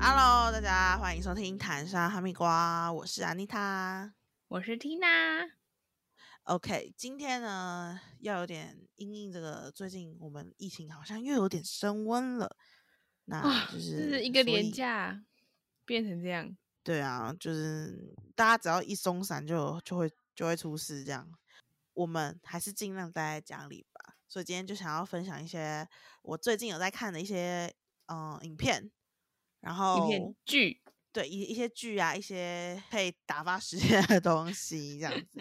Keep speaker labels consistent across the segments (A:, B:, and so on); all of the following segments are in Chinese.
A: Hello，大家欢迎收听《谈沙哈密瓜》，我是安妮塔。
B: 我是 Tina。
A: OK，今天呢要有点因应这个，最近我们疫情好像又有点升温了，那
B: 哇，
A: 就
B: 这
A: 是、
B: 啊是一个
A: 所
B: 廉
A: 以
B: 价变成这样，
A: 对啊，就是大家只要一松散就就会就会出事这样。我们还是尽量待在家里吧。所以今天就想要分享一些我最近有在看的一些嗯影片，然后
B: 一片剧。
A: 对一一些剧啊，一些可以打发时间的东西，这样子，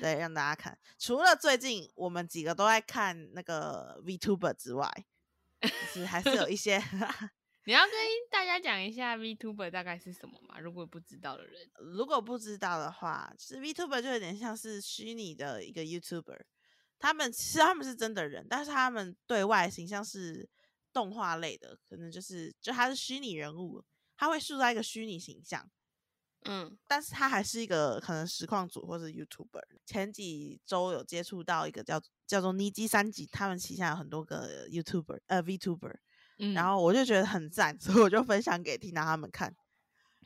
A: 对，让大家看。除了最近我们几个都在看那个 VTuber 之外，就是还是有一些
B: 你要跟大家讲一下 VTuber 大概是什么吗？如果不知道的人，
A: 如果不知道的话，就是 VTuber 就有点像是虚拟的一个 YouTuber，他们其实他们是真的人，但是他们对外形象是动画类的，可能就是就他是虚拟人物，他会塑造一个虚拟形象，
B: 嗯，
A: 但是他还是一个可能实况组或是 YouTuber。前几周有接触到一个叫叫做尼基三级，他们旗下有很多个 YouTuber 呃 VTuber，
B: 嗯
A: 然后我就觉得很赞，所以我就分享给缇娜他们看。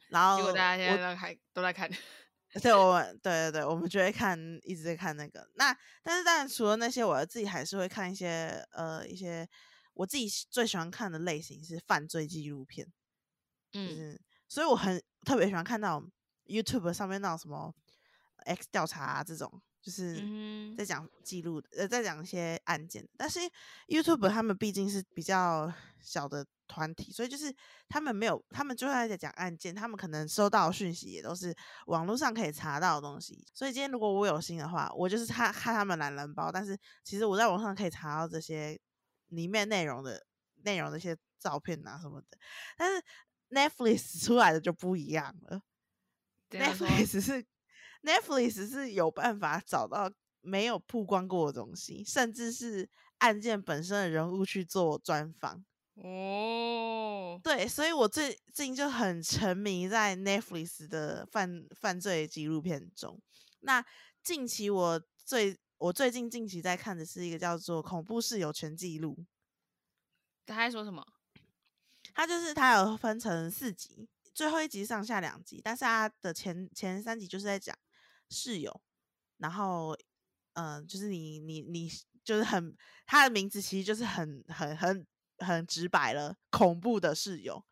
A: 然后
B: 结果大家现
A: 我
B: 在都还都在看，
A: 对，我们对对对，我们就会看，一直在看那个。那但是当然，除了那些，我自己还是会看一些呃一些我自己喜最喜欢看的类型是犯罪纪录片，就
B: 嗯，
A: 是、所以我很特别喜欢看那种 YouTube 上面那种什么 X 调查、啊、这种，就是
B: 嗯
A: 在
B: 哼，
A: 讲记录的呃在讲一些案件的。但是 YouTube 他们毕竟是比较小的团体，所以就是他们没有，他们就算在讲案件，他们可能收到的讯息也都是网络上可以查到的东西。所以今天如果我有心的话，我就是看看他们懒人包，但是其实我在网上可以查到这些里面内容的内容的一些照片啊什么的，但是 Netflix 出来的就不一样了。
B: 怎样说？
A: Netflix 是 Netflix 是有办法找到没有曝光过的东西，甚至是案件本身的人物去做专访。
B: 哦，
A: 对，所以我最近就很沉迷在 Netflix 的犯犯罪纪录片中。那近期我最我最近近期在看的是一个叫做《恐怖室友全记录》，
B: 他在说什么？
A: 它就是它有分成四集，最后一集上下两集，但是它的前前三集就是在讲室友，然后嗯、呃就是你你你就是很它的名字其实就是很很很很直白了，恐怖的室友。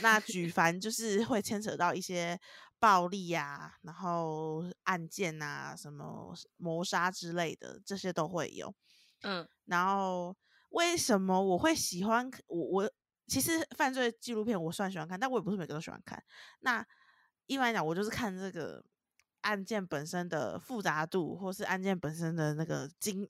A: 那举凡就是会牵扯到一些暴力呀、然后案件啊、什么谋杀之类的，这些都会有。
B: 嗯
A: 然后为什么我会喜欢看我我其实犯罪纪录片我算喜欢看，但我也不是每个都喜欢看。那一般来讲，我就是看这个案件本身的复杂度，或是案件本身的那个惊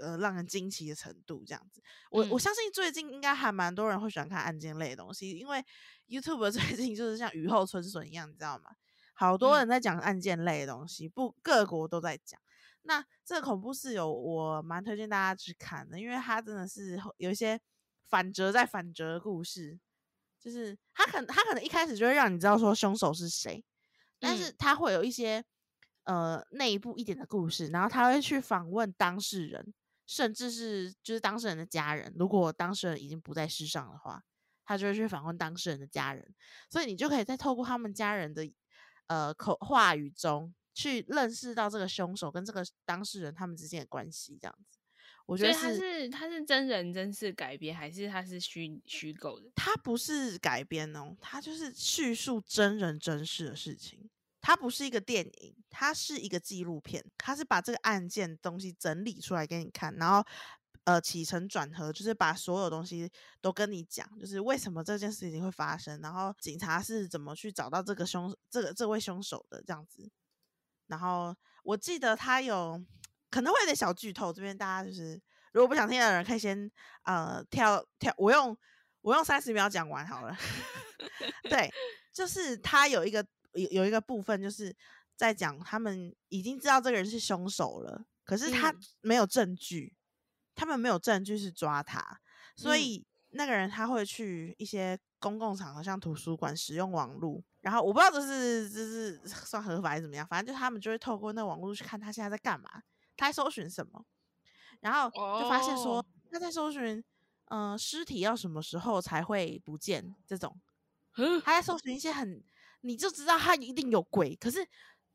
A: 呃让人惊奇的程度这样子。我、我
B: 嗯
A: 相信最近应该还蛮多人会喜欢看案件类的东西，因为 YouTube 最近就是像雨后春笋一样，你知道吗？好多
B: 嗯
A: 人在讲案件类的东西，不各国都在讲。那这个恐怖室友，我蛮推荐大家去看的，因为它真的是后有一些反折再反折的故事，就是他可能他可能一开始就会让你知道说凶手是谁，但是
B: 嗯
A: 他会有一些呃内部一点的故事，然后他会去访问当事人，甚至是就是当事人的家人，如果当事人已经不在世上的话，他就会去访问当事人的家人，所以你就可以再透过他们家人的呃口话语中去认识到这个凶手跟这个当事人他们之间的关系，这样子，我觉
B: 所以
A: 得
B: 他
A: 是
B: 是他是真人真事改编，还是他是虚虚构的？
A: 它不是改编哦，它就是叙述真人真事的事情。它不是一个电影，它是一个纪录片，它是把这个案件东西整理出来给你看，然后呃起承转合，就是把所有东西都跟你讲，就是为什么这件事情会发生，然后警察是怎么去找到这个凶这个这位凶手的这样子。然后我记得他有可能会有点小剧透，这边大家就是如果不想听的人可以先呃跳跳，我用我用三十秒讲完好了。 对，就是他有一个有有一个部分就是在讲他们已经知道这个人是凶手了，可是他
B: 嗯
A: 没有证据，他们没有证据去抓他，所
B: 嗯
A: 以那个人他会去一些公共场合，像图书馆使用网络。然后我不知道这是这是算合法还是怎么样，反正就他们就会透过那网络去看他现在在干嘛，他在搜寻什么，然后就发现说
B: 哦
A: 呃他在搜寻，嗯、尸体要什么时候才会不见这种，
B: 嗯
A: 他在搜寻一些很，你就知道他一定有鬼，可是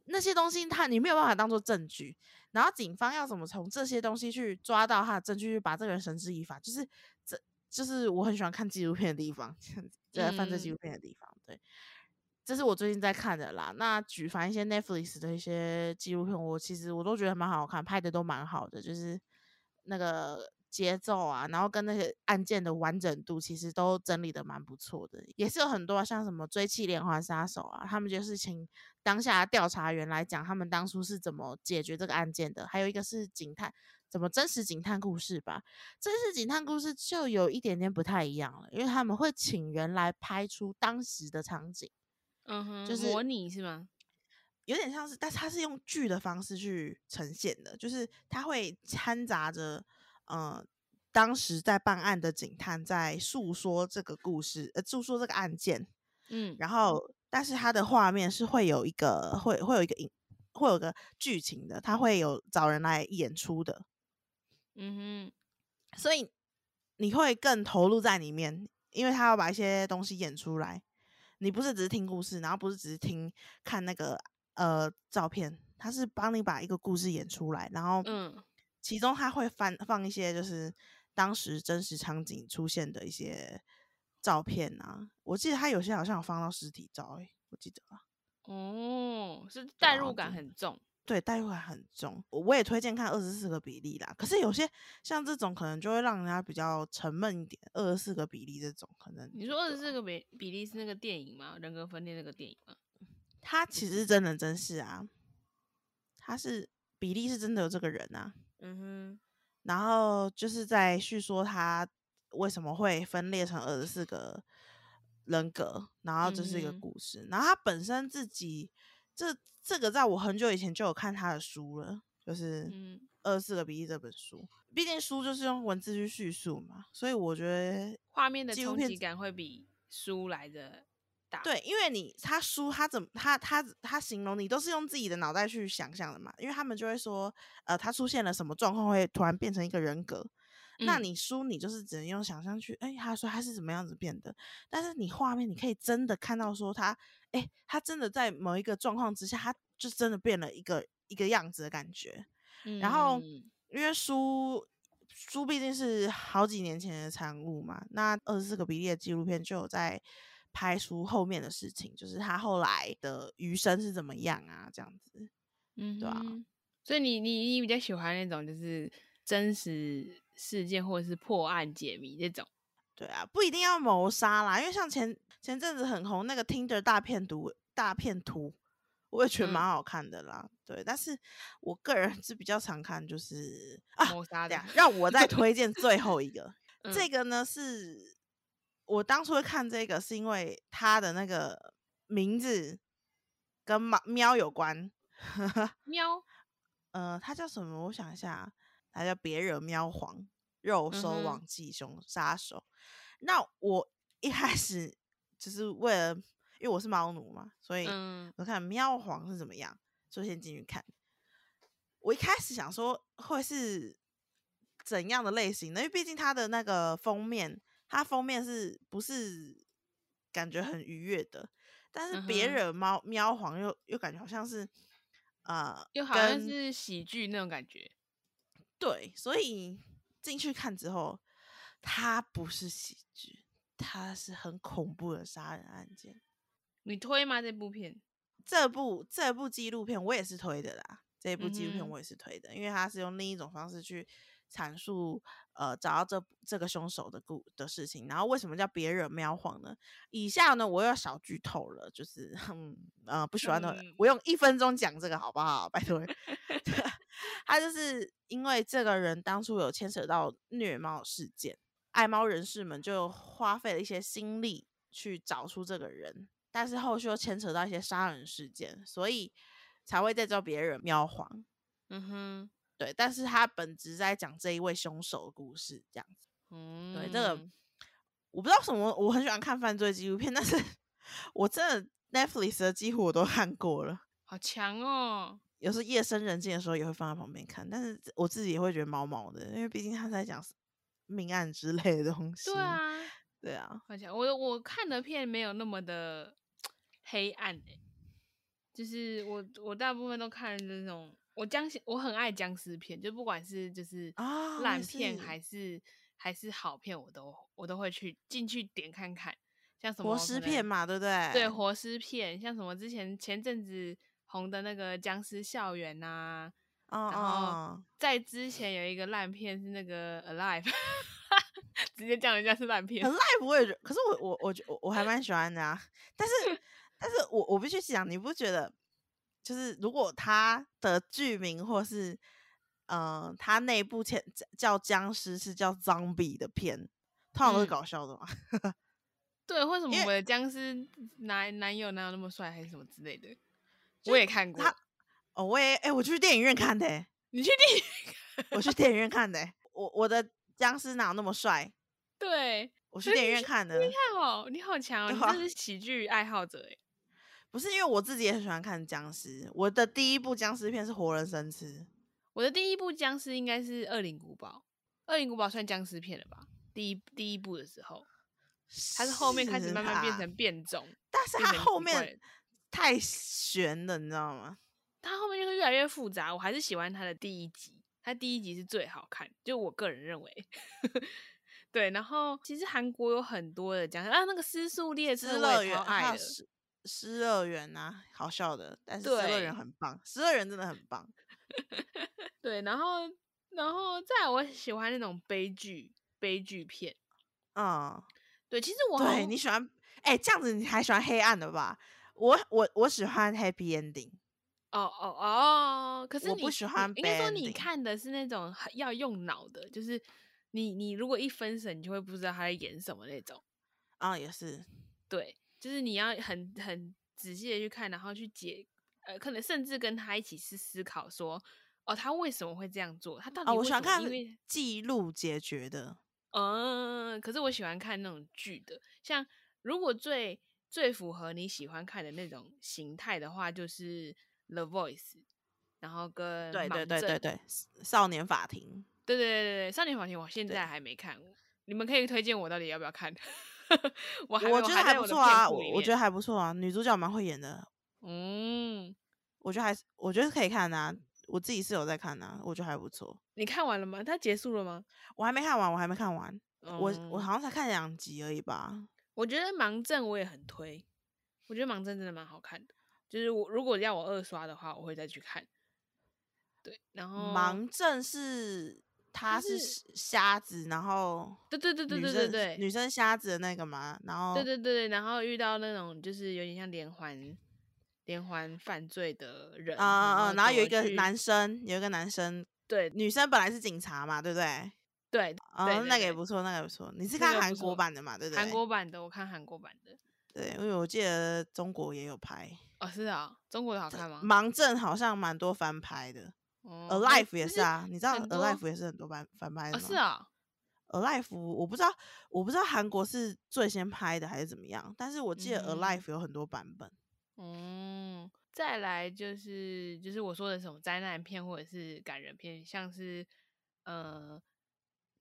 A: 那些东西他你没有办法当做证据。然后警方要怎么从这些东西去抓到他的证据，去把这个人绳之以法，就是这就是我很喜欢看纪录片的地方， 这在犯罪纪录片的地方。对，这是我最近在看的啦。那举凡一些 Netflix 的一些纪录片，我其实我都觉得蛮好看，拍的都蛮好的，就是那个节奏啊，然后跟那些案件的完整度，其实都整理的蛮不错的。也是有很多啊像什么追妻连环杀手啊，他们就是请当下的调查员来讲他们当初是怎么解决这个案件的，还有一个是警探。怎么真实警探故事吧？真实警探故事就有一点点不太一样了，因为他们会请人来拍出当时的场景。
B: 嗯哼，
A: 就是
B: 模拟是吗？
A: 有点像是，但是它是用剧的方式去呈现的，就是它会掺杂着，呃，当时在办案的警探在诉说这个故事，呃，诉说这个案件，
B: 嗯
A: 然后但是它的画面是会有一个会会有一个影，会有个剧情的，它会有找人来演出的，
B: 嗯
A: 所以你会更投入在里面，因为他要把一些东西演出来。你不是只是听故事，然后不是只是听看那个呃照片，他是帮你把一个故事演出来，然后
B: 哼，嗯
A: 其中他会翻放一些就是当时真实场景出现的一些照片啊。我记得他有些好像有放到尸体照、欸，我记得啦。
B: 哦，是代
A: 啊
B: 入
A: 就
B: 感很重。
A: 对，代入感很重。我我也推荐看二十四个比例啦。可是有些像这种，可能就会让人家比较沉闷一点。二十四个比例这种，可能
B: 你
A: 就
B: 说二
A: 对
B: 十
A: 啊
B: 四个比比例是那个电影吗？人格分裂那个电影吗？
A: 他其实是真人真事啊，他是比利是真的有这个人啊，
B: 嗯
A: 然后就是在叙说他为什么会分裂成二十四个人格，然后这是一个
B: 嗯哼
A: 故事，然后他本身自己这这个在我很久以前就有看他的书了，就是
B: 哼，嗯，
A: 二十四个比例这本书，毕竟书就是用文字去叙述嘛，所以我觉得
B: 画面的
A: 纪录
B: 冲
A: 片
B: 击感会比书来的大。
A: 对，因为你他书他怎么他他他形容你都是用自己的脑袋去想象的嘛，因为他们就会说，呃，他出现了什么状况会突然变成一个人格。那
B: 嗯
A: 你书你就是只能用想象去，哎、他说他是怎么样子变的，但是你画面你可以真的看到说他，哎、他真的在某一个状况之下，他就真的变了一个一个样子的感觉。
B: 嗯，
A: 然后
B: 嗯
A: 因为书书毕竟是好几年前的产物嘛，那二十四个比例的纪录片就有在拍出后面的事情，就是他后来的余生是怎么样啊，这样子。
B: 嗯
A: 对啊
B: 哼所以你你你比较喜欢那种就是真实事件或者是破案解谜这种。
A: 对啊，不一定要谋杀啦，因为像前前阵子很红那个 Tinder 大骗图大骗图，我也觉得
B: 嗯
A: 蛮好看的啦。对，但是我个人是比较常看就是啊，
B: 谋杀
A: 这
B: 的
A: 样 让我再推荐最后一个，
B: 嗯
A: 这个呢是我当初会看这个，是因为它的那个名字跟猫喵有关。
B: 喵，
A: 呃，它叫什么？我想一下，啊它叫《别惹喵皇》，肉搜
B: 嗯哼
A: 网际凶杀手。那我一开始就是为了，因为我是猫奴嘛，所以
B: 嗯
A: 我看喵皇是怎么样，所以先进去看。我一开始想说会是怎样的类型呢？因为毕竟它的那个封面，它封面是不是感觉很愉悦的？但是别
B: 嗯哼
A: 惹猫喵皇又又感觉好像是呃，
B: 又好像
A: 跟
B: 是喜剧那种感觉。
A: 对，所以进去看之后，它不是喜剧，它是很恐怖的杀人案件。
B: 你推吗？这部片？
A: 这部这部纪录片我也是推的啦，这部纪录
B: 嗯
A: 片
B: 哼
A: 我也是推的，因为它是用另一种方式去阐述呃找到这这个凶手的故的事情。然后为什么叫别人喵晃呢？以下呢我要小剧透了，就是嗯呃不喜欢的，
B: 嗯
A: 我用一分钟讲这个好不好？拜 托。他就是因为这个人当初有牵扯到虐猫事件，爱猫人士们就花费了一些心力去找出这个人，但是后续又牵扯到一些杀人事件，所以才会再叫别人喵皇。
B: 嗯
A: 对，但是他本质在讲这一位凶手的故事，这样子。
B: 哼，嗯，
A: 对，这个我不知道为什么，我很喜欢看犯罪纪录片，但是我真的 Netflix 的几乎我都看过了。
B: 好强哦。
A: 有时候夜深人静的时候也会放在旁边看，但是我自己也会觉得毛毛的，因为毕竟他在讲命案之类的东西。
B: 对啊，
A: 对，对啊，
B: 而且我我看的片没有那么的黑暗、欸、就是我我大部分都看那种我僵尸，我很爱僵尸片，就不管是就是
A: 啊我
B: 烂
A: 也
B: 片
A: 是
B: 还是、还是好片，我都我都会去进去点看看，像什么
A: 活
B: 可
A: 尸
B: 能
A: 片嘛，哎对不对？
B: 对，活尸片，像什么之前前阵子红的那个《僵尸校园》呐，
A: 哦
B: 然后
A: 哦，
B: 在之前有一个烂片是那个《Alive》，直接叫人家是烂片
A: 很 live 我也觉，可是我我我觉我我还蛮喜欢的啊，但是 但是我我必须讲，你不觉得就是如果他的剧名或是嗯、呃、他内部前叫僵尸是叫 zombie 的片，通常都是
B: 嗯
A: 搞笑的嘛，
B: 对，为什么
A: 因为
B: 我的僵尸男男友哪有那么帅，还是什么之类的？
A: 就
B: 我
A: 是
B: 也看过
A: 他，哦，我也哎、我去电影院看的欸、
B: 你去电影院看？
A: 我去电影院看的欸、我我的僵尸哪有那么帅？
B: 对，
A: 我去电影院看的，
B: 看哦，你好强、哦，你
A: 对啊
B: 真是喜剧爱好者哎。
A: 不是因为我自己也很喜欢看僵尸。我的第一部僵尸片是《活人生吃》，
B: 我的第一部僵尸应该是《恶灵古堡》，《恶灵古堡》算僵尸片了吧？第一第一部的时候，它是后面开始慢慢变
A: 啦
B: 成，变种，
A: 但是
B: 变
A: 它
B: 成
A: 后
B: 奇怪
A: 面
B: 人
A: 太悬了，你知道吗？
B: 它后面就会越来越复杂。我还是喜欢它的第一集，它第一集是最好看，就我个人认为。 对，然后其实韩国有很多的僵尸啊，那个《失速列车
A: 失》
B: 我
A: 乐
B: 也
A: 园
B: 超爱
A: 还
B: 的
A: 有，失失乐园啊，好笑的，但是失乐园
B: 对
A: 很棒，失乐园真的很棒。
B: 对，然后然后再来我喜欢那种悲剧悲剧片。
A: 嗯，
B: 对，其实我好
A: 对，
B: 像
A: 你喜欢，哎、这样子你还喜欢黑暗的吧？我我我喜欢 happy ending，
B: 哦哦哦！可是
A: 我
B: 你
A: 不喜
B: 你
A: 欢
B: 应该说你
A: bending
B: 看的是那种很要用脑的，就是你你如果一分神，你就会不知道他在演什么那种。
A: 啊、也是，
B: 对，就是你要很很仔细的去看，然后去解，呃，可能甚至跟他一起去思考说，哦，他为什么会这样做？他到底
A: 啊，我
B: 为
A: 喜
B: 什
A: 欢
B: 么
A: 看
B: 因为
A: 记录结局的，
B: 嗯，可是我喜欢看那种剧的，像如果最最符合你喜欢看的那种形态的话，就是《The Voice》，然后跟
A: 对对
B: 盲
A: 对
B: 症
A: 对对，少年法庭，
B: 对对对对，少年法庭我现
A: 对
B: 在还没看，你们可以推荐我到底要不要看？ 我哦还
A: 我觉得
B: 还在
A: 不
B: 我的
A: 错
B: 片
A: 啊，
B: 库
A: 我
B: 里
A: 我觉得
B: 面
A: 还不错啊，女主角蛮会演的，
B: 嗯，
A: 我觉得还是我觉得可以看啊，我自己是有在看啊，我觉得还不错。
B: 你看完了吗？它结束了吗？
A: 我还没看完，我还没看完，我我
B: 嗯
A: 好像才看两集而已吧。
B: 我觉得盲症我也很推，我觉得盲症真的蛮好看的，就是我如果要我二刷的话，我会再去看。对，然后
A: 盲症是她是
B: 哦是
A: 瞎子，然后
B: 对对对对
A: 女
B: 对对
A: 生
B: 对
A: 女哦生瞎子的那个嘛，然后
B: 对对对对，然后遇到那种就是有点像连环连环犯罪的人
A: 啊啊啊，
B: 怎
A: 然后有
B: 么
A: 一个
B: 去
A: 男生，有一个男生，
B: 对
A: 女生本来是警察嘛，对不对？
B: 对
A: 啊、
B: 对
A: 那个
B: 对
A: 也
B: 对
A: 不错，那个也不错。你是
B: 那个
A: 看
B: 不
A: 韩国
B: 错
A: 版的嘛？对不对？
B: 韩国版的，我看韩国版的。
A: 对，因为我记得中国也有拍
B: 哦，是啊、中国的好看吗？
A: 盲症，好像蛮多翻拍的。
B: 哦
A: Alive 也
B: 就是
A: 啊，你知道
B: 很多
A: Alive 也是很多翻翻拍的
B: 哦，
A: 吗？
B: 是啊、
A: Alive 我不知道，我不知道韩国是最先拍的还是怎么样，但是我记得
B: 嗯
A: Alive 有很多版本。
B: 嗯，再来就是就是我说的什么灾难片或者是感人片，像是呃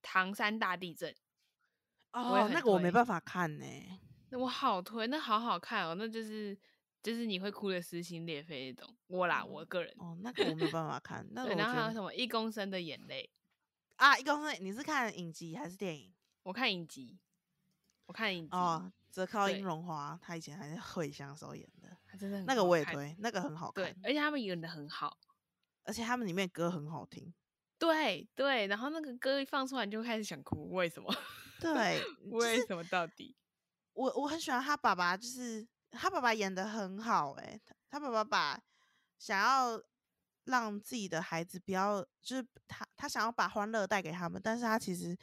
B: 唐山大地震，我也
A: 哦，
B: 很
A: 那个我没
B: 推
A: 办法看呢、
B: 那我好推，那好好看哦，那就是就是你会哭的撕心裂肺那种。我啦，我个人。
A: 哦，那个我没有办法看。那个
B: 对，
A: 我
B: 然后还
A: 觉
B: 有什
A: 得
B: 么一公升的眼泪，
A: 啊，一公分，你是看影集还是电影？
B: 我看影集，我看影集，
A: 哦，泽靠
B: 对
A: 殷荣华，他以前还是惠香时候演的，
B: 它真的很
A: 那个
B: 好
A: 我也
B: 看。
A: 推，那个很好
B: 对
A: 看，，
B: 而且他们演的很好。
A: 而且他们里面歌很好听。
B: 对对，然后那个歌一放出来，你就会开始想哭，为什么？
A: 对，嗯
B: 为
A: 就是
B: 什么到底？
A: 我我很喜欢他爸爸，就是他爸爸演的很好、欸，他他爸爸把想要让自己的孩子不要，就是他他想要把欢乐带给他们，但是他其实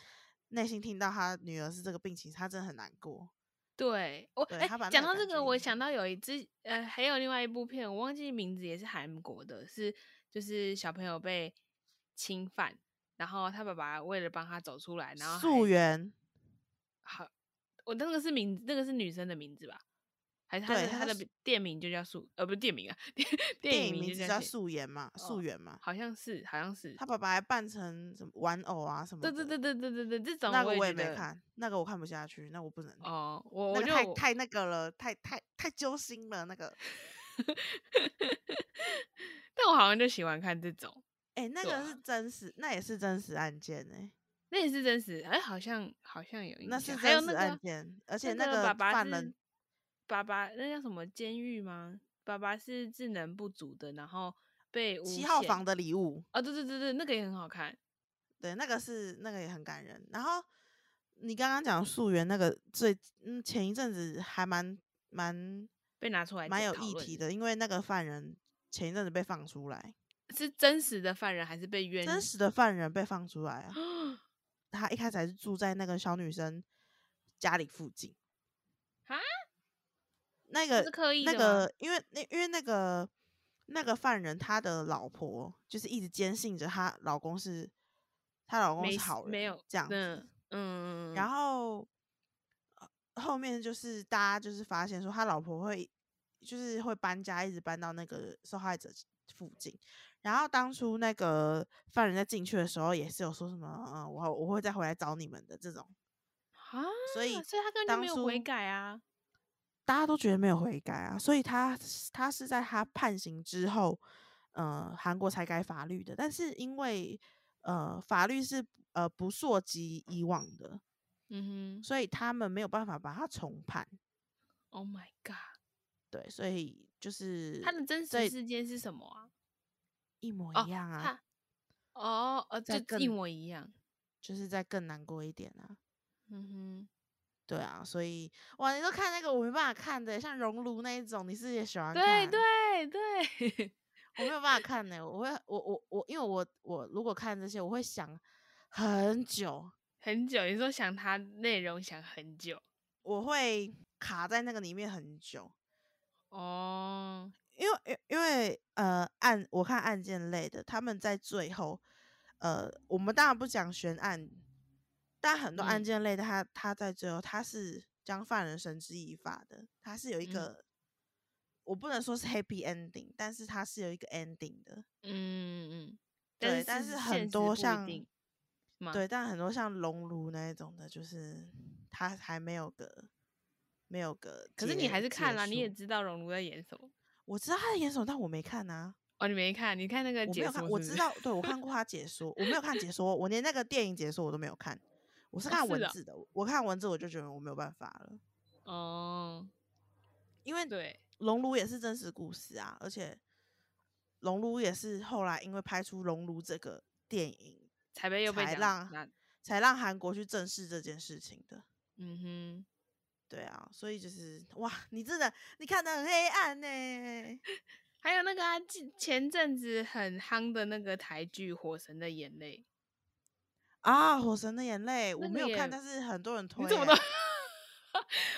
A: 内心听到他女儿是这个病情，他真的很难过。
B: 对我
A: 对
B: 哎
A: 他把，那
B: 讲
A: 个
B: 到
A: 感
B: 这
A: 觉
B: 个，我
A: 演
B: 想到有一支呃，还有另外一部片，我忘记名字，也是韩国的，是就是小朋友被侵犯，然后他爸爸为了帮他走出来，然后
A: 溯
B: 还
A: 源
B: 好，我那个是名，那个是女生的名字吧？还是它
A: 对
B: 的
A: 它
B: 它
A: 叫
B: 的
A: 素
B: 店名就叫素，呃，不是店名啊，电
A: 电
B: 电影
A: 影
B: 名
A: 名
B: 就
A: 字叫
B: 叫写，
A: 素颜嘛，素
B: 哦
A: 颜嘛。
B: 好像是，好像是
A: 他，爸爸还扮成什么玩偶啊什么
B: 对
A: 的。
B: 对对对对对对，这种
A: 那个我
B: 我
A: 也
B: 觉
A: 没
B: 得。
A: 看，那个我看不下去，那我不能。
B: 哦，我
A: 那
B: 我
A: 个
B: 就
A: 太太那个了，太太太揪心了。那个，
B: 但我好像就喜欢看这种，
A: 哎、那
B: 对
A: 个
B: 啊
A: 是真实，那也是真实案件哎、
B: 那也是真实，哎，好像好像有印
A: 那
B: 象
A: 是
B: 还有
A: 真
B: 那
A: 实
B: 个
A: 案件，而且那
B: 爸
A: 个
B: 爸
A: 犯
B: 是
A: 人，
B: 爸爸那叫什么监狱吗？爸爸是智能不足的，然后被诬
A: 七号
B: 陷
A: 房的礼物，
B: 啊、对对对对，那个也很好看。
A: 对，那个是那个也很感人。然后你刚刚讲溯源那个最，嗯，前一阵子还蛮蛮
B: 被拿出来
A: 蛮
B: 检
A: 有
B: 讨
A: 议
B: 论
A: 题
B: 的
A: 的，因为那个犯人前一阵子被放出来，
B: 是真实的犯人还是被冤？
A: 真实的犯人被放出来啊，
B: 啊，
A: 他一开始还是住在那个小女生家里附近
B: 啊，
A: 那
B: 这
A: 个
B: 是刻意
A: 那
B: 的吗
A: 个，因为那因为那个那个犯人他的老婆就是一直坚信着她老公是她老公
B: 没
A: 是
B: 事
A: 好人，
B: 没有
A: 这样子
B: 嗯。嗯，
A: 然
B: 后
A: 后呃后面就是大家就是发现说，他老婆会就是会搬家，一直搬到那个受害者附近。然后当初那个犯人在进去的时候，也是有说什么，嗯，我我会再回来找你们的这种。
B: 啊，
A: 所以
B: 所以他根本就
A: 当
B: 没有悔
A: 初
B: 改啊。
A: 大家都觉得没有悔改啊，所以他是他是在他判刑之后，呃，韩国才改法律的。但是因为呃，法律是呃不溯及以往的，
B: 嗯哼
A: 所以他们没有办法把他重判。
B: ，Oh my god，
A: 对，所以就是
B: 他的真
A: 这
B: 实事件是什么啊？
A: 一模
B: 哦
A: 一样啊，
B: 他哦哦，
A: 再
B: 就一
A: 更
B: 模一样。
A: 就是再更难过一点啊。
B: 嗯哼，
A: 对啊，所以哇，你都看那个我没办法看的，像《熔炉》那一种，你是不是也喜欢
B: 对
A: 看？，
B: 对对，
A: 我没有办法看呢、我会我我我，因为我我如果看这些，我会想很久，
B: 很久。你说想他内容想很久
A: 我会卡在那个里面很久，
B: 哦，
A: 因为因因为呃案我看案件类的，他们在最后，呃，我们当然不讲悬案，但很多案
B: 嗯
A: 件类的他他在最后他是将犯人绳之以法的，他是有一
B: 嗯
A: 个、我不能说是 happy ending，但是他是有一个 ending 的，
B: 嗯嗯，
A: 对，
B: 是
A: 但
B: 事
A: 是
B: 现
A: 很
B: 实
A: 多
B: 不一
A: 像
B: 定嘛
A: 对，但很多像熔炉那一种的，就是他还没有个没有个结，
B: 可是你还是看
A: 了，
B: 啦，你也知道荣如在演什么
A: 我知道他在演什么，但我没看啊。
B: 哦，你没看，你看那个
A: 我没
B: 解
A: 有
B: 说
A: 看，我
B: 是不
A: 知
B: 是
A: 道，对我看 过他解说，我没有看解说，我连那个电影解说我都没有看，我是
B: 哦
A: 看
B: 是
A: 文
B: 的
A: 字的。我看文字我就觉得我没有办法了，
B: 哦，
A: 因为《
B: 对，
A: 熔炉》也是真实故事啊，而且《熔炉》也是后来因为拍出《熔炉》这个电影，
B: 才被又被
A: 才
B: 讲
A: 让
B: 那
A: 才让韩国去正视这件事情的。
B: 嗯哼，
A: 对啊，所以就是哇，你真的你看的很黑暗呢、
B: 还有那个啊，近前阵子很夯的那个台剧《火神的眼泪》，
A: 啊！《火神的眼泪》我
B: 那
A: 没
B: 个
A: 有看，
B: 也
A: 但是很多人推、
B: 你
A: 欸。
B: 怎么都？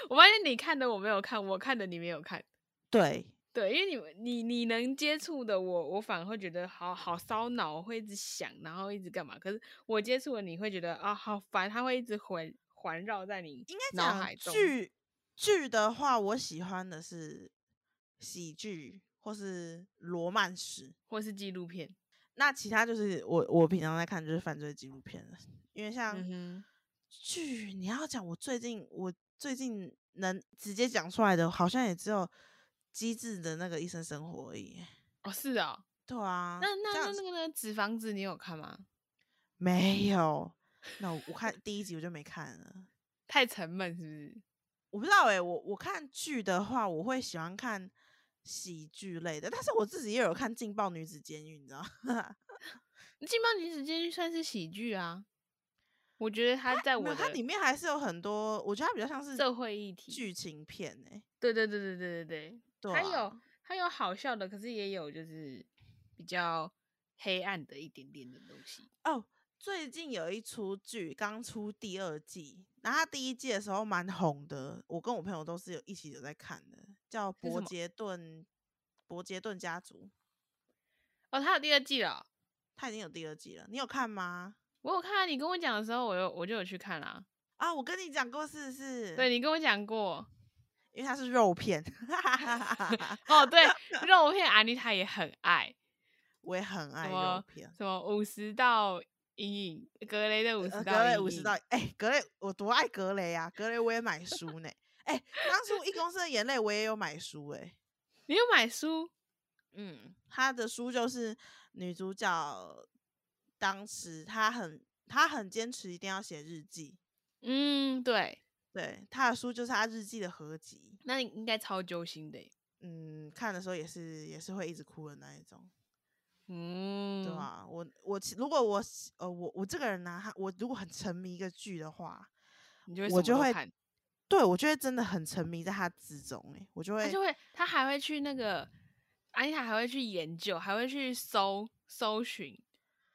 B: 我发现你看的我没有看，我看的你没有看。
A: 对？
B: 对，因为你们你你能接触的我，我反而会觉得好好烧脑，我会一直想，然后一直干嘛。可是我接触了，你会觉得啊好烦，它会一直环环绕在你
A: 应该
B: 脑
A: 讲
B: 海中。
A: 剧剧的话，我喜欢的是喜剧或是罗曼史，
B: 或是纪录片。
A: 那其他就是我我平常在看就是犯罪纪录片了。因为像
B: 嗯
A: 剧，你要讲我最近我最近能直接讲出来的，好像也只有《机智的那个医生生活》而已。
B: 哼，哦是哦，
A: 对啊，
B: 那那
A: 这样
B: 那
A: 子
B: 那个呢？纸房子你有看吗？
A: 没有。那我我看第一集我就没看了。
B: 太沉闷是不是？
A: 我不知道哎、我我看剧的话，我会喜欢看喜剧类的，但是我自己也有看《劲爆女子监狱》，你知道？
B: 《劲爆女子监狱》算是喜剧啊，我觉得它在
A: 啊没
B: 我
A: 有，它里
B: 的
A: 面还是有很多，我觉得它比较像是
B: 社会议题
A: 剧情片哎、
B: 对对对对对对对，
A: 对
B: 它有
A: 啊
B: 它有好笑的，可是也有就是比较黑暗的一点点的东西。
A: 哦，最近有一出剧刚出第二季，然后它第一季的时候蛮红的，我跟我朋友都是有一起有在看的，叫《
B: 什
A: 伯
B: 么
A: 杰顿伯杰顿家族》，
B: 哦，它有第二季了哦，
A: 它已经有第二季了，你有看吗？
B: 我有看、啊、你跟我讲的时候，我有我就有去看啦、嗯
A: 啊，我跟你讲过是不是？
B: 对你跟我讲过，
A: 因为它是肉 片。
B: 哦，对，肉片安妮塔也很爱，
A: 我也很爱
B: 么
A: 肉片。
B: 什么五十道阴影，格雷的五
A: 呃
B: 十道
A: 格
B: 阴
A: 雷
B: 影，
A: 五十道，哎、格雷我多爱格雷啊！格雷我也买书呢。哎、当初《一公升的眼泪》我也有买书哎、
B: 你有买书？
A: 嗯，他的书就是女主角当时她很她很坚持一定要写日记，
B: 嗯，对，
A: 对，她的书就是她日记的合集。
B: 那你应该超揪心的耶。欸
A: 嗯，看的时候也是也是会一直哭的那一种，
B: 嗯，
A: 对吧、？啊我我其如果我喜呃我我这个人呢、他我如果很沉迷一个剧的话，
B: 你就会
A: 我
B: 什么
A: 就
B: 都
A: 会
B: 看，
A: 对我就会真的很沉迷在它之中、欸，我就
B: 他
A: 会
B: 就会，他还会去那个安妮塔还会去研究，还会去搜搜寻，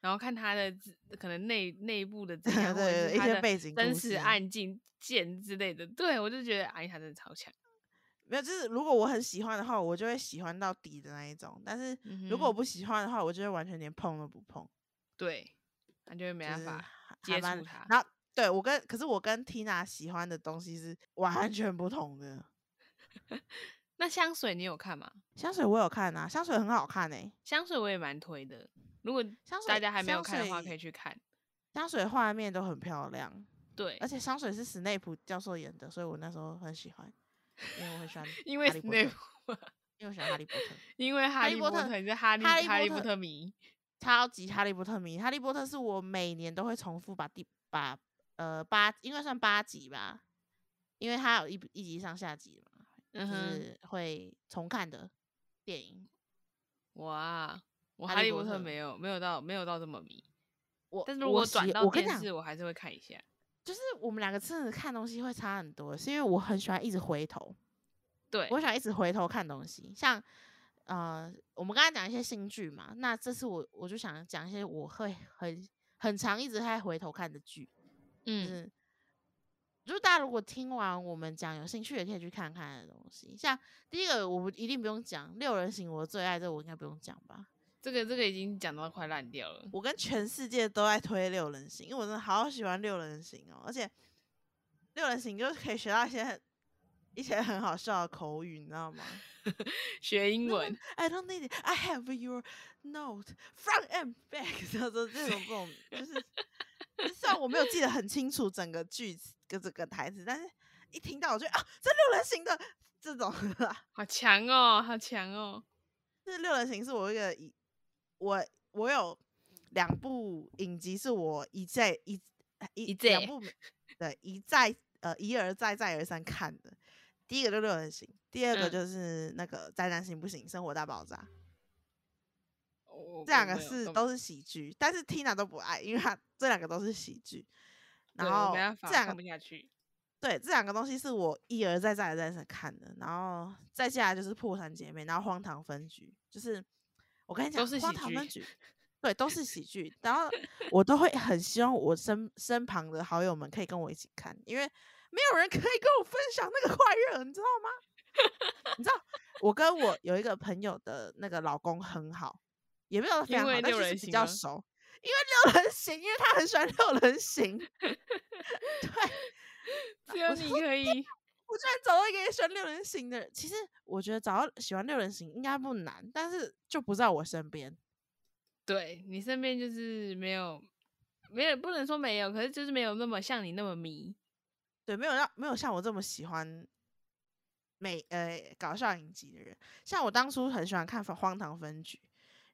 B: 然后看他的资可能内内部的资料，或
A: 对
B: 者
A: 对
B: 是
A: 一
B: 他
A: 些
B: 的
A: 背景
B: 真
A: 故
B: 实
A: 事
B: 案件件之类的。对我就觉得安妮塔真的超强。
A: 没有，就是如果我很喜欢的话，我就会喜欢到底的那一种。但是如果我
B: 嗯哼
A: 不喜欢的话，我就会完全连碰都不碰，
B: 对，他就会没
A: 就
B: 办
A: 是
B: 法
A: 还
B: 接
A: 还蛮
B: 触他
A: 然后对我跟，可是我跟 Tina 喜欢的东西是完全不同的。
B: 那香水你有看吗？
A: 香水我有看啊，香水很好看诶、
B: 香水我也蛮推的，如果
A: 香
B: 大
A: 水
B: 家还没有
A: 香
B: 看的话，可
A: 水
B: 以去看。
A: 香水画面都很漂亮，
B: 对
A: 而，且香水是史内普教授演的，所以我那时候很喜欢，因为我很喜欢哈利波特，
B: 因为那部，
A: 因为我喜欢哈利波特。
B: 因为哈
A: 哈
B: 利
A: 利
B: 波
A: 波
B: 特，
A: 特
B: 你是哈利
A: 哈利
B: 哈
A: 波
B: 利波
A: 特
B: 特迷，
A: 超级哈利波特迷，哈利波特是我每年都会重复把第把呃八，应该算八集吧，因为它有一一集上下集嘛，
B: 嗯
A: 就
B: 哼，
A: 是会重看的电影。
B: 哇，我
A: 哈
B: 哈
A: 利
B: 利
A: 波
B: 波
A: 特
B: 特没有没有到没有到这么迷，
A: 我
B: 但是如果
A: 喜
B: 转到
A: 我跟你
B: 电
A: 讲，
B: 视，我还是会看一下。
A: 就是我们两个真的看东西会差很多，是因为我很喜欢一直回头，
B: 对，
A: 我喜欢一直回头看东西，像。呃，我们刚才讲一些新剧嘛，那这次我我就想讲一些我会很很长一直在回头看的剧。就
B: 嗯，
A: 是，就是大家如果听完我们讲，有兴趣也可以去看看的东西。像第一个，我不一定不用讲《六人行》，我最爱这我应该不用讲吧？
B: 这个这个已经讲到快烂掉 了。
A: 我跟全世界都在推《六人行》，因为我真的好喜欢《六人行》哦，而且《六人行》就是可以学到一些很一些很好笑的口语，你知道吗
B: 学英文，
A: ？I don't need it. I have your note front and back，然后 这这种这种就是。 虽然我没有记得很清楚整个句子跟整个台词，但是一听到我就啊，这六人行的这种，
B: 好强哦，好强哦。
A: 这六人行是我一个一我我有两部影集是我一再一呃
B: 一
A: 一
B: 再
A: 两部对一再呃一而再再而三看的。第一个就六人行，第二个
B: 嗯
A: 就是那个《宅男行不行》《生活大爆炸》，
B: 我
A: 这两
B: 我
A: 个
B: 没有
A: 是
B: 我
A: 都是喜剧，但是 Tina 都不爱，因为她这两个都是喜剧。
B: 对
A: 然
B: 我
A: 后
B: 没办法
A: 这两个
B: 看不下去。
A: 对，这两个东西是我一而再、再而再地看的，然后再下来就是《破产姐妹》，然后《荒唐分局》，就是我跟你
B: 都
A: 讲，
B: 是
A: 荒
B: 喜
A: 唐
B: 剧
A: 分局》对，都是喜剧。然 后我都会很希望我身身旁的好友们可以跟我一起看，因为没有人可以跟我分享那个快乐，你知道吗？你知道，我跟我有一个朋友的那个老公很好，也没有非
B: 因
A: 常好
B: 为，
A: 但就
B: 六
A: 是
B: 人
A: 比
B: 行
A: 较
B: 吗
A: 熟。因为六人行，因为他很喜欢六人行，对。
B: 只有
A: 我
B: 你
A: 说
B: 可以，
A: 我居然找到一个也喜欢六人行的人。其实我觉得找到喜欢六人行应该不难，但是就不在我身边。
B: 对你身边就是没有，没有不能说没有，可是就是没有那么像你那么迷。
A: 对，没有让没有像我这么喜欢美呃搞笑影集的人。像我当初很喜欢看《荒唐分局》，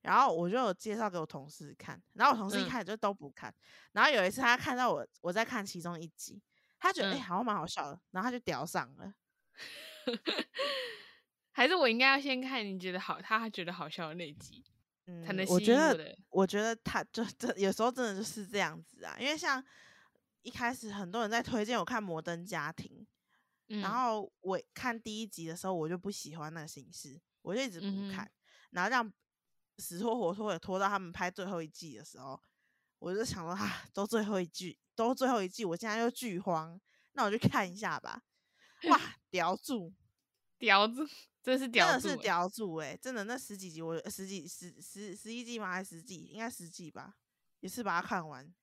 A: 然后我就有介绍给我同事看，然后我同事一
B: 嗯
A: 开始就都不看，然后有一次他看到我我在看其中一集，他觉得哎、
B: 嗯
A: 诶好像蛮好笑的，然后他就屌上了。
B: 还是我应该要先看你觉得好，他觉得好笑的那集，
A: 嗯
B: 才能吸
A: 我觉
B: 引我
A: 得
B: 的。
A: 我觉得他就这有时候真的就是这样子啊，因为像一开始很多人在推荐我看《摩登家庭》
B: 嗯
A: 然后我看第一集的时候，我就不喜欢那个形式，我就一直不
B: 嗯哼
A: 看，然后让死拖活拖也拖到他们拍最后一季的时候，我就想说啊，都最后一季，都最后一季，我现在就剧荒，那我就看一下吧。哇，叼住，
B: 屌住， 真是
A: 真
B: 屌
A: 的
B: 住
A: 是
B: 欸，
A: 叼住哎、真的那十几集我呃十几十十十一季吗？还是十季？应该十季吧，也是把它看完。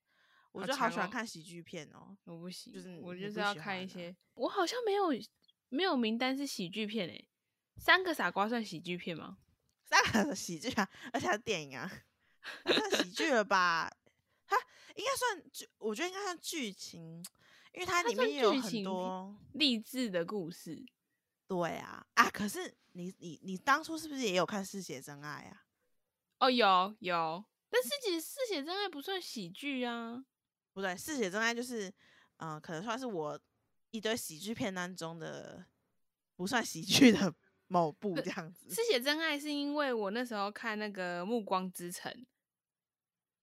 A: 我
B: 好
A: 就好
B: 强
A: 喜欢
B: 哦
A: 看喜剧片哦，
B: 我不行，
A: 就是
B: 我
A: 你
B: 就是
A: 不
B: 要
A: 喜
B: 看
A: 欢啊
B: 一些，我好像没有没有名单是喜剧片诶、三个傻瓜算喜剧片吗？
A: 三个喜剧啊， 而且还是电影啊，那算喜剧了吧？它应该算剧，我觉得应该算剧情，因为它
B: 它
A: 里
B: 算
A: 面也有
B: 剧
A: 很
B: 情
A: 多。
B: 励志的故事，
A: 对啊，啊，可是你你你当初是不是也有看《嗜血真爱》啊？
B: 哦，有有，但是其实《嗜血真爱》不算喜剧啊。
A: 不对，《嗜血真爱》就是，嗯、可能算是我一堆喜剧片当中的不算喜剧的某部这样
B: 《
A: 子。
B: 嗜血真爱》是因为我那时候看那个《暮光之城》，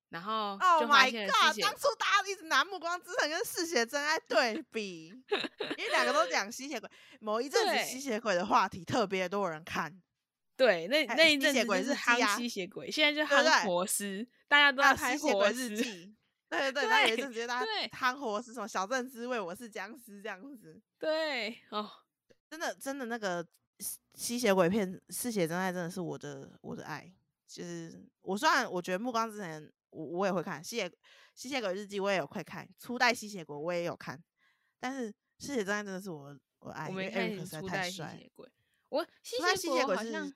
B: 然后
A: Oh
B: 就发
A: my
B: 现了嗜
A: god！
B: 血
A: 当初大家一直拿《暮光之城》跟《嗜血真爱》对 比，因为两个都讲吸血鬼。某一阵子
B: 对
A: 吸血鬼的话题特别多人看，
B: 对，那
A: 还有
B: 那
A: 哎
B: 一
A: 吸
B: 阵
A: 血
B: 子就
A: 鬼
B: 是
A: 日记啊
B: 夯吸血鬼，现在就
A: 对不
B: 夯
A: 对
B: 活尸，大家都
A: 还有
B: 在拍
A: 啊吸血鬼
B: 活
A: 日
B: 尸。
A: 记。对对对，然后有一
B: 对
A: 阵子就大家
B: 对
A: 汤活是什么小镇之味，我是僵尸这样子。
B: 对哦，
A: 真的真的那个吸吸血鬼片《嗜血真爱》真的是我的我的爱。就是我虽然我觉得《暮光之城》我我也会看，《吸血吸血鬼日记》我也有会看，初代吸血鬼我也有看，但是《嗜血真爱》真的是我我的爱，
B: 我
A: 因
B: 没
A: 为
B: 看
A: Eric
B: 你
A: 实在
B: 初
A: 太
B: 代吸
A: 帅。
B: 血鬼，我吸
A: 初代吸
B: 血鬼
A: 血
B: 我
A: 鬼
B: 好
A: 是
B: 像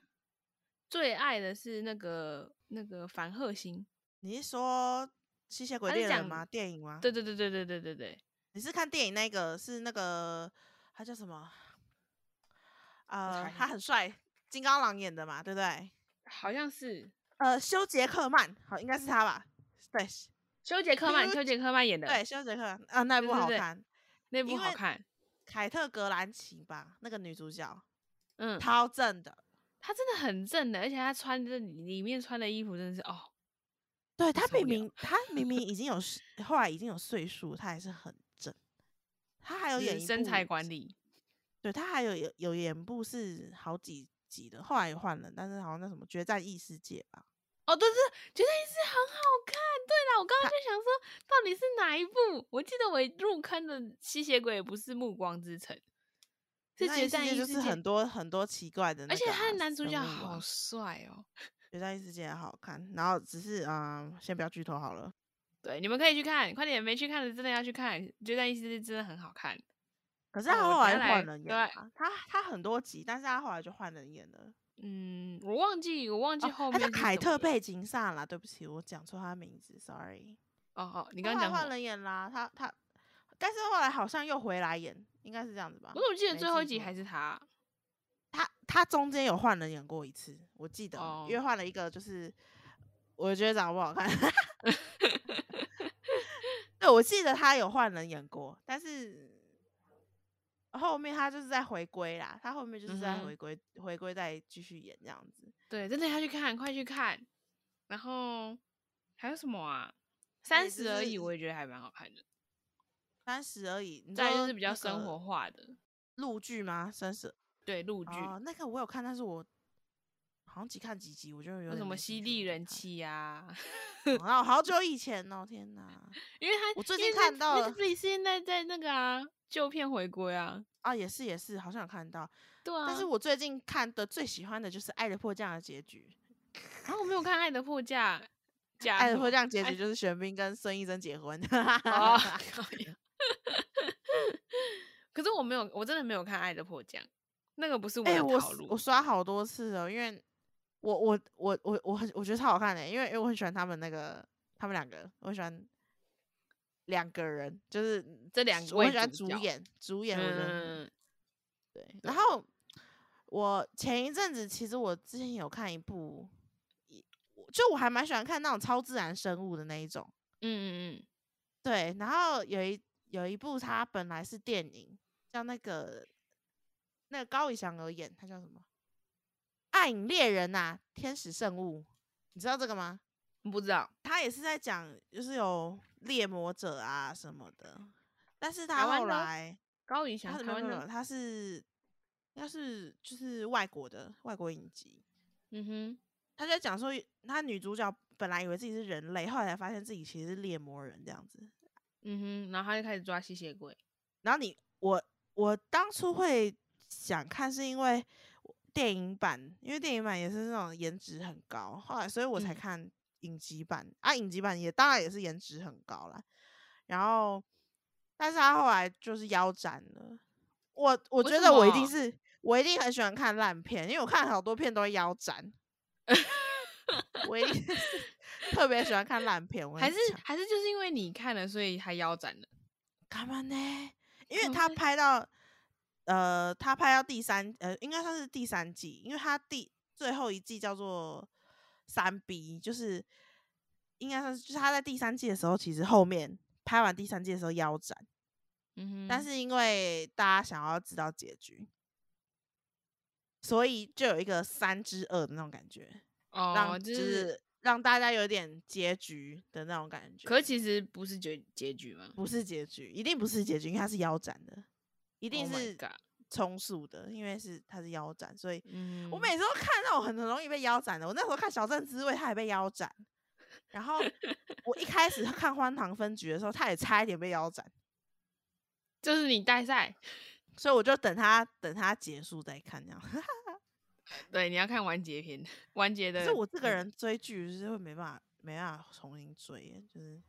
B: 最爱的是那个那个凡赫星，
A: 你是说《吸血鬼
B: 他是
A: 猎人》
B: 讲
A: 吗？电影吗？
B: 对对对对对对对对，
A: 你是看电影那个是那个他叫什么？
B: 查
A: 呃
B: 一，下
A: 他很帅，金刚狼演的嘛，对不对？
B: 好像是
A: 呃，修杰克曼，好，应该是他吧？对，
B: 修杰克曼，
A: 修
B: 修杰克曼演的，
A: 对，修杰克曼啊，那
B: 对
A: 部
B: 对
A: 好
B: 对
A: 看，
B: 那部
A: 因
B: 好
A: 为
B: 看，
A: 凯特·格兰奇吧，那个女主角
B: 嗯，
A: 超正的，
B: 他真的很正的，而且他穿的里面穿的衣服真的是哦，
A: 对她
B: 受
A: 明
B: 不了
A: 明她明明已经有岁后来已经有岁数，她还是很正。她还有
B: 就是
A: 演一
B: 身材
A: 部
B: 管理，
A: 对他还有有有演部是好几集的，后来也换了，但是好像那什么《决战异世界》吧，
B: 哦，对对，对，绝对是很好看。对了，我刚刚就想说，到底是哪一部？我记得我入坑的《吸血鬼》不是《暮光之城》，是《
A: 那
B: 决
A: 异世
B: 战
A: 界
B: 异世界》
A: 就是很，多很多奇怪的、那
B: 而且
A: 个
B: 他的
A: 啊
B: 男主
A: 人
B: 角
A: 物
B: 好
A: 啊
B: 帅哦。
A: 决战异世界》也好看，然后只是嗯、先不要剧透好了。
B: 对，你们可以去看，快点，没去看的真的要去看，《决战异世界》真的很好看。
A: 可是
B: 哦
A: 他后
B: 我等
A: 来
B: 下来
A: 换人演
B: 对
A: 啊，他他很多集，但是他后来就换人演了。
B: 嗯，我忘记，我忘记
A: 哦
B: 后
A: 他
B: 面、
A: 叫凯特·。贝吉萨啦，对不起，我讲错他的名字，sorry。
B: 哦哦，你
A: 你
B: 刚刚讲什
A: 换
B: 么？
A: 人演啦，他他，但是后来好像又回来演，应该是这样子吧？
B: 我怎么记得
A: 没
B: 最后一
A: 记
B: 集
A: 错
B: 还是他？
A: 他他中间有换人演过一次，我记得，因为
B: 哦
A: 换了一个就是我觉得长得不好 看。对，我记得他有换人演过，但是后面他就是在回归啦，他后面就是在
B: 嗯哼
A: 回归、回归再继续演这样子。
B: 对，真的要去看，快去看。然后还有什么啊？三
A: 就
B: 十而
A: 是
B: 已，我也觉得还蛮好看的。
A: 三十而已，你
B: 再来就
A: 说
B: 是比较
A: 那
B: 生
A: 个
B: 活化的，
A: 陆剧吗？三十
B: 对，陆剧，
A: 哦，那个我有看，但是我好像只看几集，我就有
B: 有
A: 点
B: 什么
A: 没
B: 《
A: 兴
B: 犀
A: 趣
B: 利
A: 了就
B: 人
A: 看
B: 妻》啊，
A: 哦那我好久以前哦，天哪！
B: 因为他
A: 我最近看到了
B: 自己现在在那个啊旧片回归啊，
A: 啊，也是也是，好像有看到。
B: 对啊，
A: 但是我最近看的最喜欢的就是《爱的迫降》的结 局，
B: 然啊后我没有看《爱的迫降》，
A: 《
B: 假
A: 爱
B: 什
A: 的迫
B: 么
A: 降》结
B: 爱
A: 局就是玄彬跟孙艺珍结婚。
B: 哎 哦，靠呀可是我没有，我真的没有看《爱的迫降》，那个不是我
A: 哎、
B: 的
A: 我
B: 套
A: 是我
B: 路，
A: 刷好多次哦，因为我我我我我很我觉得超好看的、因为因为我很喜欢他们那个他们两个，我很喜欢两个人，就是
B: 这两
A: 我
B: 位
A: 很喜欢
B: 主
A: 主
B: 角
A: 演主演，我觉得很好
B: 嗯，
A: 对，然后我前一阵子其实我之前有看一部，一我就我还蛮喜欢看那种超自然生物的那一种。
B: 嗯嗯
A: 对，然后有一有一部它本来是电影，叫那个那个高以翔有演，它叫什么？《暗影猎人》呐，《天使圣物》，你知道这个吗？
B: 嗯，不知道，
A: 他也是在讲，就是有猎魔者啊什么的，但是他
B: 台湾
A: 后
B: 的哦
A: 来
B: 高以翔
A: 他是
B: 台
A: 没有
B: 湾
A: 没有，
B: 的，
A: 他是应该是就是外国的外国影集，
B: 嗯哼，
A: 他就在讲说他女主角本来以为自己是人类，后来才发现自己其实是猎魔人这样子。
B: 嗯哼，然后他就开始抓吸血鬼，
A: 然后你我我当初会想看是因为我电影版，因为电影版也是那种颜值很高，后来所以我才
B: 嗯
A: 看影集版、啊，影集版也当然也是颜值很高啦。然后，但是他后来就是腰斩了。我我
B: 为
A: 觉
B: 什
A: 得我一定
B: 么
A: 是我一定很喜欢看烂片，因为我看好多片都会腰 斩。我一定是 特别喜欢看烂片，我跟
B: 还
A: 你
B: 是
A: 讲
B: 还是就是因为你看了，所以他腰斩了。
A: 干嘛呢？因为
B: 干嘛
A: 他
B: 呢
A: 拍到呃，他拍到第三呃，应该算是第三季，因为他第最后一季叫做三 B，就是应该算是就是他在第三季的时候，其实后面拍完第三季的时候腰斩，
B: 嗯哼，
A: 但是因为大家想要知道结局，所以就有一个三之二的那种感觉，
B: 哦，
A: 让
B: 就，
A: 就是是让大家有点结局的那种感觉。
B: 可其实不是结结局嘛，
A: 不是结局，一定不是结局，因为它是腰斩的，一
B: 一
A: 定是
B: ？Oh ，God,
A: 充数的，因为是它是腰斩，所以
B: 嗯，
A: 我每次都看到我很很容易被腰斩的。我那时候看《小镇滋味》，他也被腰斩，然 后我一开始看《荒唐分局》的时候，他也差一点被腰斩，
B: 就是你带赛，
A: 所以我就等他等他结束再看这样。
B: 对，你要看完结篇， 完结的。
A: 可是我这个
B: 嗯，
A: 人追剧就是会没办法没办法重新追耶，就是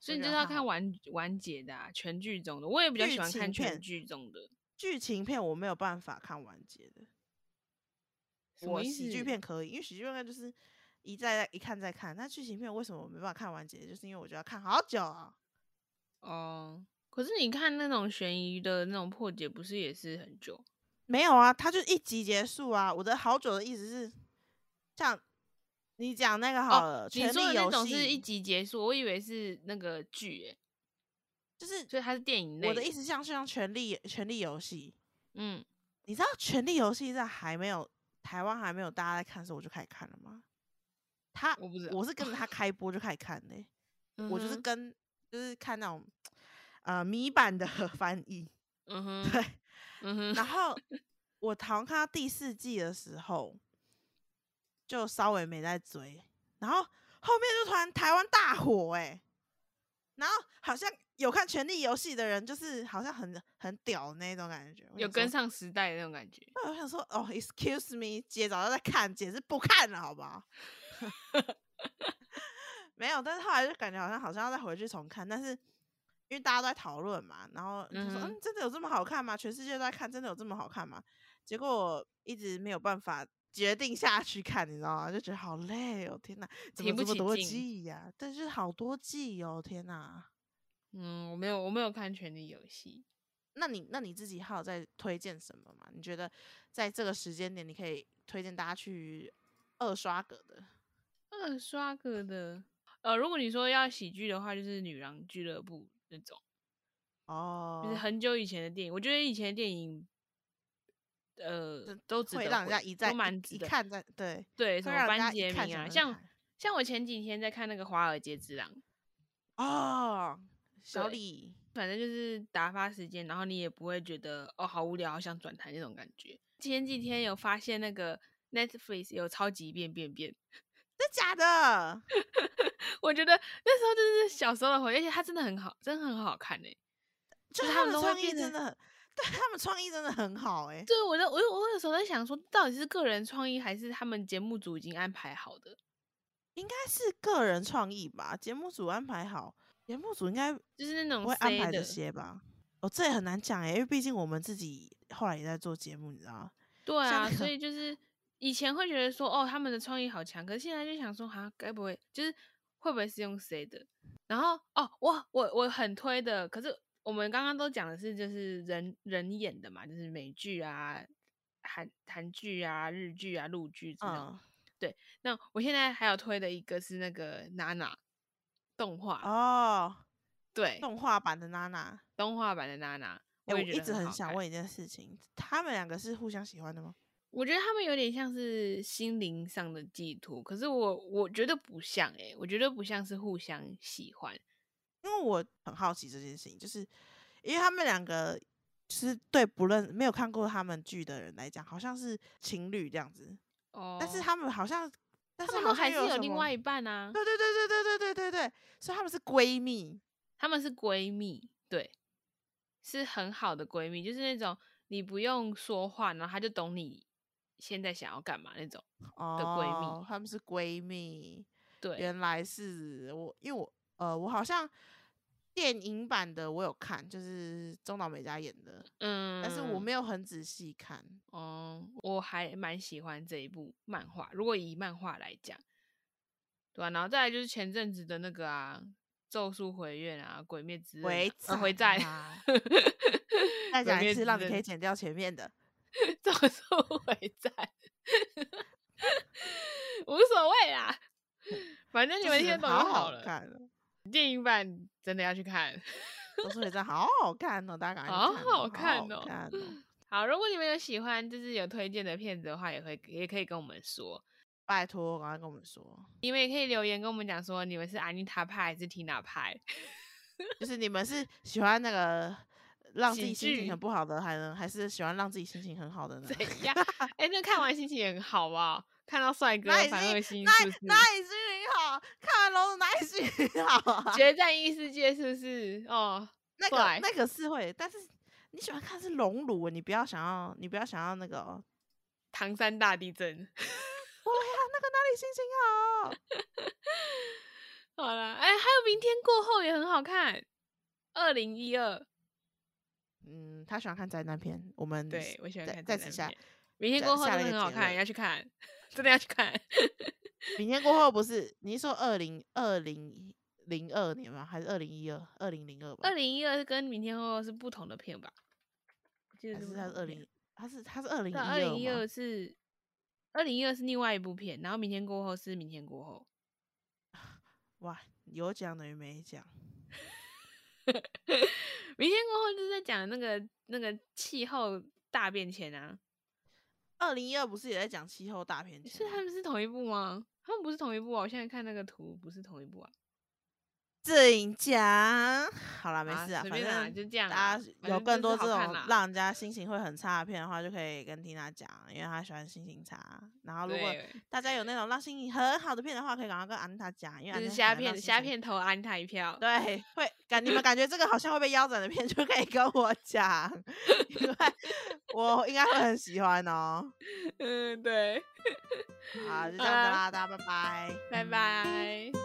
B: 所以
A: 我觉
B: 你就
A: 得
B: 是要
A: 还好
B: 看完完结的、啊、全剧终的。我也比较
A: 剧
B: 喜欢看
A: 情
B: 全
A: 片
B: 剧终的。
A: 剧情片我没有办法看完结的。
B: 什么
A: 我
B: 意
A: 喜剧
B: 思
A: 片可以，因为喜剧片就是一再再一看再看。那剧情片为什么我没办法看完结？就是因为我觉得看好久啊。
B: 哦，可是你看那种悬疑的那种破解，不是也是很久？
A: 没有啊，它就一集结束啊。我的好久的意思是，像你讲那个好了，
B: 哦，你
A: 权
B: 说的
A: 力
B: 那
A: 游
B: 种
A: 戏
B: 是一集结束，我以为是那个剧耶，
A: 就是
B: 所以它是电影类。
A: 我的意，思像是像权力权力游戏，
B: 嗯，
A: 你知道《权力游戏》在还没有台湾还没有大家在看的时候，我就开始看了吗？他
B: 我不知道
A: 我是跟着 他开播就开始看的欸、我就是
B: 嗯哼
A: 跟就是看那种呃迷版的 翻译，
B: 嗯哼，
A: 对。
B: 嗯
A: 然
B: 哼，
A: 后我好像看到第四季的时候，就稍微没在追，然后后面就突然台湾大火哎、然后好像有看《权力游戏》的人，就是好像很很屌的那种感觉，我
B: 有
A: 想
B: 跟
A: 说
B: 上时代的那种感觉。
A: 我想说，哦，excuse me，姐早就在看，姐是不看了，好不好？ 没有，但是后来就感觉好像好像要再回去重看，但是因为大家都在讨论嘛，然后就说，
B: 嗯
A: 嗯
B: 哼
A: 真的有这么好看吗？全世界都在看，真的有这么好看吗？结果我一直没有办法决定下去看，你知道吗？就觉得好累哦，天哪，怎么
B: 提不
A: 这么
B: 起
A: 多
B: 劲
A: 季呀、但是好多季哦，天哪！
B: 嗯，我没有，我没有看《权力游戏
A: 那你那你自己还有在推荐什么吗？你觉得在这个时间点，你可以推荐大家去二刷个的？》，
B: 二刷个的。呃，如果你说要喜剧的话，就是《女郎俱乐部》那种，
A: 哦，
B: 就是很久以前的电影。我觉得以前的电影，呃，都值
A: 会
B: 得
A: 让人家
B: 回
A: 一再
B: 都蛮
A: 一
B: 值
A: 一
B: 得
A: 看再对，
B: 对
A: 会
B: 什么
A: 让人
B: 班
A: 家
B: 杰
A: 一看
B: 明
A: 想
B: 啊，
A: 要
B: 像
A: 看
B: 像我前几天在看那个《华尔街之狼》，
A: 哦，小
B: 对
A: 李
B: 反正就是打发时间，然后你也不会觉得哦好无聊，好想转台那种感觉。前几天有发现那个 Netflix 有超级变变变，
A: 真假的？
B: 我觉得那时候真是小时候的回忆，而且它真的很好，真的很好看呢、 欸
A: 就
B: 就是他
A: 他
B: 们
A: 们
B: 都
A: 的
B: 会
A: 创意
B: 变
A: 真
B: 得
A: 的很，对他们创意真的很好哎、
B: 对，我在我我有时候在想说，到底是个人创意还是他们节目组已经安排好的？
A: 应该是个人创意吧？节目组安排好，节目组应该
B: 就是那种
A: 不会安
B: C
A: 排这
B: 的
A: 些吧？哦，这也很难讲哎、因为毕竟我们自己后来也在做节目，你知道吗？
B: 对
A: 像
B: 啊，
A: 那
B: 所
A: 个
B: 以就是以前会觉得说，哦，他们的创意好强，可是现在就想说，哈，该不会就是会不会是用谁的？然后哦，我我我很推的，可是我们刚刚都讲的是就是人人演的嘛，就是美剧啊、韩韩剧啊、日剧啊、陆剧这种。
A: 嗯，
B: 那我现在还有推的一个是那个娜娜动画，
A: 哦，
B: 对，
A: 动画版的娜娜。
B: 动画版的娜娜，
A: 哎、
B: 也
A: 我
B: 觉
A: 一
B: 得
A: 直很
B: 好
A: 想
B: 看，
A: 问一件事情，他们两个是互相喜欢的吗？
B: 我觉得他们有点像是心灵上的寄托，可是我我觉得不像诶、我觉得不像是互相喜欢。
A: 因为我很好奇这件事情，就是因为他们两个就是对不认没有看过他们剧的人来讲，好像是情侣这样子，
B: 哦
A: 但是他们好像，但
B: 他
A: 是
B: 们
A: 好
B: 都
A: 像
B: 还
A: 又
B: 是有
A: 什
B: 另
A: 么
B: 外一半啊，
A: 对对对对对对对对对，所以他们是闺蜜。
B: 他们是闺蜜，对，是很好的闺蜜，就是那种你不用说话，然后他就懂你现在想要干嘛那种。
A: 哦，
B: 闺蜜
A: 她们是闺蜜，
B: 对，
A: 原来是我，因为我呃，我好像电影版的我有看，就是中岛美嘉演的，
B: 嗯，
A: 但是我没有很仔细看。
B: 哦，我还蛮喜欢这一部漫画。如果以漫画来讲，对啊吧、然后再来就是前阵子的那个啊，《咒术回院》啊，《鬼灭之刃》
A: 回
B: 啊呃回战
A: 战啊再讲一次，让你可以剪掉前面的。
B: 咒术回战， 无所谓 啦，反正你
A: 就
B: 们
A: 是
B: 听得懂就
A: 好
B: 好
A: 好
B: 了。
A: 看哦，
B: 电影版真的要去看。
A: 都是回战好好看哦，大家赶快
B: 好
A: 去
B: 好看
A: 看
B: 哦
A: 哦，好看哦。
B: 好，如果你们有喜欢，就是有推荐的片子的话，也会也可以跟我们说。
A: 拜托，赶快跟我们说，
B: 你们也可以留言跟我们讲说，你们是安妮塔派还是缇娜派？
A: 就是你们是喜欢那个让自
B: 喜
A: 己心情
B: 剧
A: 很不好的，还能还是喜欢让自己心情很好的呢？
B: 怎样？哎、那看完心情也很好啊，看到帅哥
A: 那已
B: 反
A: 经
B: 恶心，
A: 那
B: 是不是？
A: 哪里心情好？看完龙的哪里心情好啊？
B: 决战异世界是不是？哦，
A: 那
B: 帅
A: 个那个是会，但是你喜欢看是熔炉，你不要想要，你不要想要那个哦。
B: 唐山大地震。
A: 哇呀，那个哪里心情好？
B: 好了，哎、还有明天过后也很好看，二零一二。
A: 嗯，他喜欢看灾难片，我们
B: 对，我喜欢
A: 在
B: 看
A: 在
B: 灾
A: 此
B: 难
A: 下
B: 片，明天
A: 下
B: 过后
A: 下
B: 真
A: 了
B: 的
A: 一个
B: 很好
A: 结
B: 看，
A: 论
B: 要去看， 真的要去看。
A: 明天过后不是你是说二零二零零二年吗？还是二零一二二零零二吧
B: 二？零一二跟明天过后是不同的片吧？我记得
A: 还是
B: 不
A: 他是
B: 同的
A: 二
B: 片
A: 零？他是他是二零
B: 对，二零
A: 一
B: 一
A: 二
B: 二是二零一二是另外一部片，然后明天过后是明天过后。
A: 哇，有奖等于没奖。
B: 明天过后就是在讲那个那个气候大变迁啊，
A: 二零一二不是也在讲气候大变
B: 是
A: 迁
B: 他
A: 吗？
B: 们是同一部吗？他们不是同一部啊！我现在看那个图不是同一部啊。
A: 摄影奖， 好啦，没事啊，
B: 随
A: 反
B: 便啦，
A: 正
B: 就这样
A: 大
B: 啊。
A: 家
B: 反
A: 有
B: 正
A: 更
B: 就
A: 多
B: 是
A: 这
B: 好看
A: 种
B: 啦
A: 让人家心情会很差的片的话，就可以跟缇娜讲，因为她喜欢心情差。然后如果
B: 对，
A: 大家有那种让心情很好的片的话，可以赶快跟安娜讲，因为
B: 就
A: 安
B: 是
A: 娜可能
B: 虾
A: 让
B: 片
A: 心
B: 虾
A: 情
B: 片头安他一 票。
A: 对，会感你们感觉这个好像会被腰斩的片，就可以跟我讲，因为 我应该会很喜欢哦。
B: 嗯，对，
A: 好，就这样子
B: 好啦
A: 啦，大家拜拜。
B: 拜拜。